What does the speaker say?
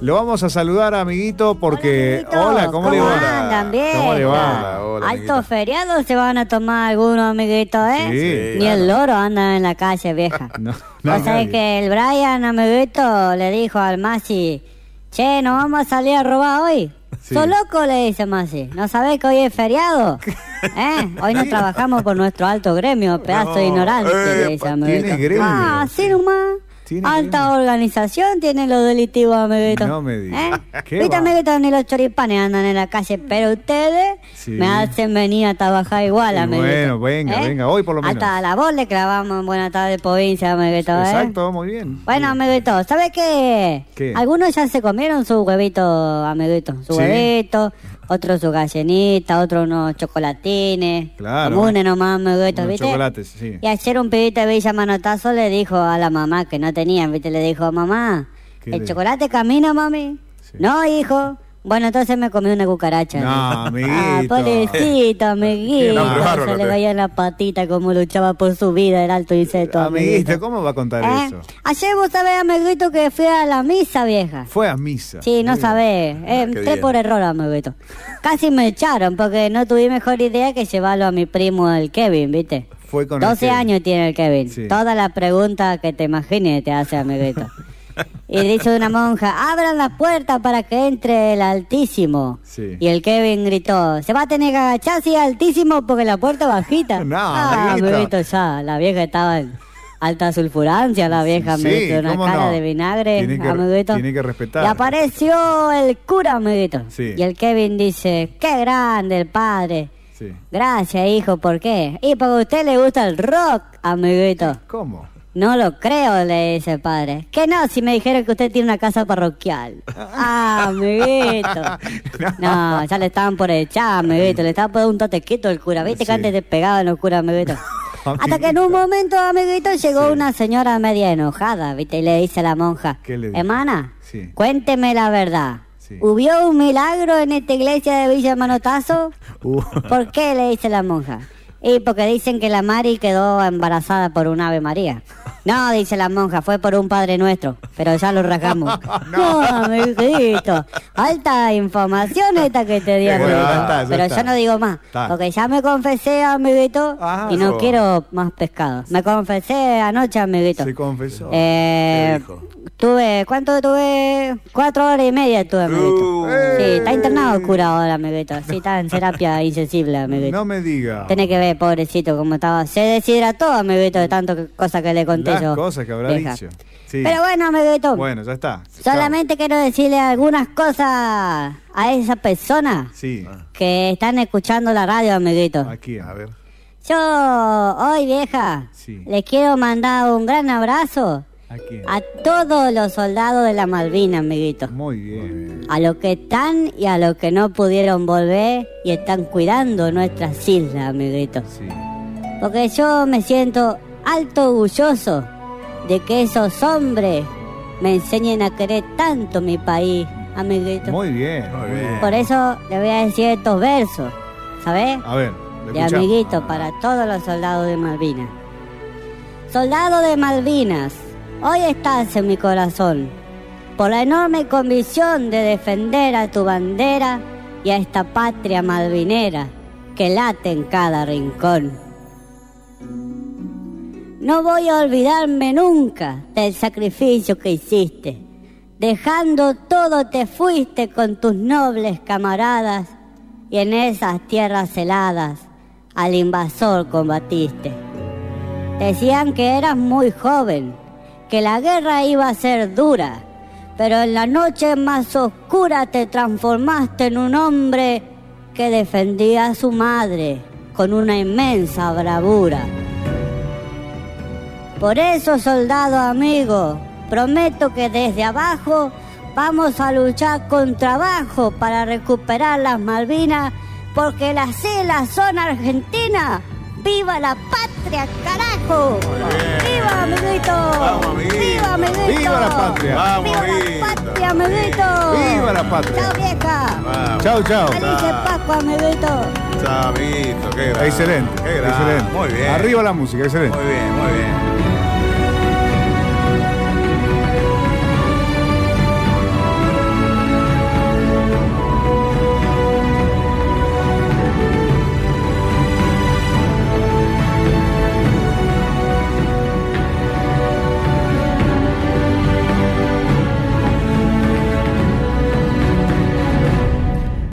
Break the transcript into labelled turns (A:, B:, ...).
A: Lo vamos a saludar, amiguito, porque.
B: Hola, amiguitos.
A: Hola, ¿cómo, le
B: ¿Cómo
A: va?
B: andan? Bien.
A: ¿Cómo le va?
B: Hola,
C: hola, amiguito.
B: Altos feriados se van a tomar algunos, amiguitos, ¿eh?
A: Sí.
B: Ni el loro anda en la calle, vieja.
A: No, no,
B: O sea
A: nadie.
B: Pues que el Brian, amiguito, le dijo al Masi, che, ¿no vamos a salir a robar hoy?
A: Sí.
B: ¿Sos loco? Le dice Masi. ¿No sabés que hoy es feriado? ¿Eh? Hoy no trabajamos por nuestro alto gremio, pedazo de ignorante, le dice
C: epa,
B: amiguito.
A: tiene gremio.
B: Ah, sí nomás.
A: Tiene
B: Alta
A: gremio.
B: organización tienen los delictivos, amiguito.
A: No me digas.
B: ¿Eh?
A: ¿Qué
B: Viste,
A: va?
B: amiguito, ni los choripanes andan en la calle, pero ustedes
A: Sí.
B: me hacen venir a trabajar igual, ¿Eh?
A: Y bueno,
B: amiguito.
A: venga, venga, hoy por lo menos.
B: Hasta a la voz le clavamos en Buena Tarde Provincia, amiguito, ¿eh?
A: Exacto, muy bien.
B: Bueno, amiguito, ¿sabes qué?
A: ¿Qué?
B: Algunos ya se comieron su huevito, amiguito. Su
A: Sí.
B: huevito, otros su gallinita, otros unos chocolatines.
A: Claro.
B: Comunes nomás, amiguito,
A: Unos
B: pues ¿viste?
A: chocolates, sí.
B: Y ayer un pibito de Villa Manotazo le dijo a la mamá que no tenían, ¿viste? Le dijo, mamá,
A: ¿Qué
B: ¿el
A: le-
B: chocolate camina, mami?
A: Sí.
B: No, hijo. Bueno, entonces me comí una cucaracha.
A: No,
B: le dijo. Ah,
A: amiguito.
B: pobrecito, amiguito.
A: No, pero
C: bárbaro,
B: se le
C: pe.
B: veía la patita como luchaba por su vida el alto insecto.
A: Ah, Amiguito, ¿cómo va a contar
B: ¿Eh?
A: eso?
B: Ayer vos sabés, amiguito, que fui a la misa, vieja.
A: Fue a misa.
B: Sí, no
A: Muy bien.
B: sabés. Eh,
C: Ah, qué
B: entré
C: bien.
B: por error, amiguito. Casi me echaron porque no tuve mejor idea que llevarlo a mi primo, el Kevin, ¿viste?
A: Fue con el
B: 12
A: Kevin.
B: años tiene el Kevin.
A: Sí.
B: Todas las preguntas que te imagines te hace, amiguito. y dice una monja, abran la puerta para que entre el Altísimo.
A: Sí.
B: Y el Kevin gritó, se va a tener que agachar si es Altísimo porque la puerta es bajita.
A: No,
B: ah,
A: amiguito.
B: amiguito, ya, la vieja estaba en alta sulfurancia, la vieja,
A: Sí,
B: amiguito, una
A: ¿cómo
B: cara
A: no?
B: de vinagre,
A: Tiene que-
B: amiguito.
A: tiene que respetar.
B: Y apareció el cura, amiguito.
A: Sí.
B: Y el Kevin dice, qué grande el padre.
A: Sí.
B: Gracias, hijo, ¿por qué? Y porque a usted le gusta el rock, amiguito.
A: ¿Cómo?
B: No lo creo, le dice el padre. Que no, si me dijeron que usted tiene una casa parroquial. Ah, amiguito. No, ya le estaban por echar, amiguito. Le estaba por un totequito el cura. Viste
A: Sí.
B: que antes te pegaban los curas, amiguito. Hasta que en un
A: Amiguito.
B: momento, amiguito, llegó una señora media enojada, viste, y le dice a la monja,
A: ¿Qué le dijo?
B: hermana,
A: Sí.
B: cuénteme la verdad.
A: Sí.
B: ¿Hubo un milagro en esta iglesia de Villa Manotazo?
A: Uh,
B: ¿Por qué le dice la monja? Y porque dicen que la Mari quedó embarazada por un ave María. No, dice la monja, fue por un Padre Nuestro, pero ya lo rasgamos. no, amiguito, alta información esta que te di,
A: Bueno,
B: amiguito.
A: ya está, ya
B: pero
A: está.
B: yo no digo más,
A: Está.
B: porque ya me confesé, amiguito,
A: Ah,
B: y no
A: no.
B: quiero más pescado. Me confesé anoche, amiguito.
A: se confesó.
B: Eh,
C: ¿Qué dijo?
B: tuve, ¿cuánto tuve? Cuatro horas y media tuve, amiguito.
C: Uh.
B: Sí, está internado cura ahora, amiguito. Sí, está en terapia insensible, amiguito.
A: no me diga.
B: Tiene que ver, pobrecito, como estaba. Se deshidrató, amiguito, de tanto que- cosa que le conté
A: Las
B: yo.
A: cosas que habrá
B: vieja.
A: dicho. Sí.
B: Pero bueno, amiguito.
A: Bueno, ya está.
B: solamente quiero decirle algunas cosas a esa persona
A: Chao. Sí.
B: que están escuchando la radio, amiguito.
A: Aquí, a ver.
B: Yo, hoy, vieja,
A: Sí.
B: les quiero mandar un gran abrazo
A: Aquí.
B: a todos los soldados de la Malvina, amiguito.
A: Muy bien.
B: A los que están y a los que no pudieron volver y están cuidando nuestras islas, amiguitos.
A: Sí.
B: Porque yo me siento alto orgulloso de que esos hombres me enseñen a querer tanto mi país, amiguito.
A: Muy bien.
C: Muy bien.
B: Por eso le voy a decir estos versos, ¿sabes?
A: A ver. lo
B: de
A: escuchamos.
B: amiguito para todos los soldados de Malvinas. Soldado de Malvinas, hoy estás en mi corazón por la enorme convicción de defender a tu bandera y a esta patria malvinera que late en cada rincón. No voy a olvidarme nunca del sacrificio que hiciste. Dejando todo te fuiste con tus nobles camaradas y en esas tierras heladas al invasor combatiste. Decían que eras muy joven, que la guerra iba a ser dura, pero en la noche más oscura te transformaste en un hombre que defendía a su madre con una inmensa bravura. Por eso, soldado amigo, prometo que desde abajo vamos a luchar con trabajo para recuperar las Malvinas, porque las islas son argentinas. ¡Viva la patria, carajo! ¡Viva, amiguito!
C: Vamos, amiguito.
B: ¡Viva, amiguito!
A: ¡Viva la patria!
C: Vamos,
B: ¡Viva
C: amiguito.
B: la patria, amiguito!
A: ¡Viva la patria!
B: ¡Chao, vieja!
C: Vamos.
A: Chao, chao.
B: ¡Felices Pascua, amiguito!
C: Chamito, qué grande.
A: Excelente.
C: Qué grande.
A: excelente.
C: Muy bien.
A: Arriba la música, excelente.
C: Muy bien, muy bien.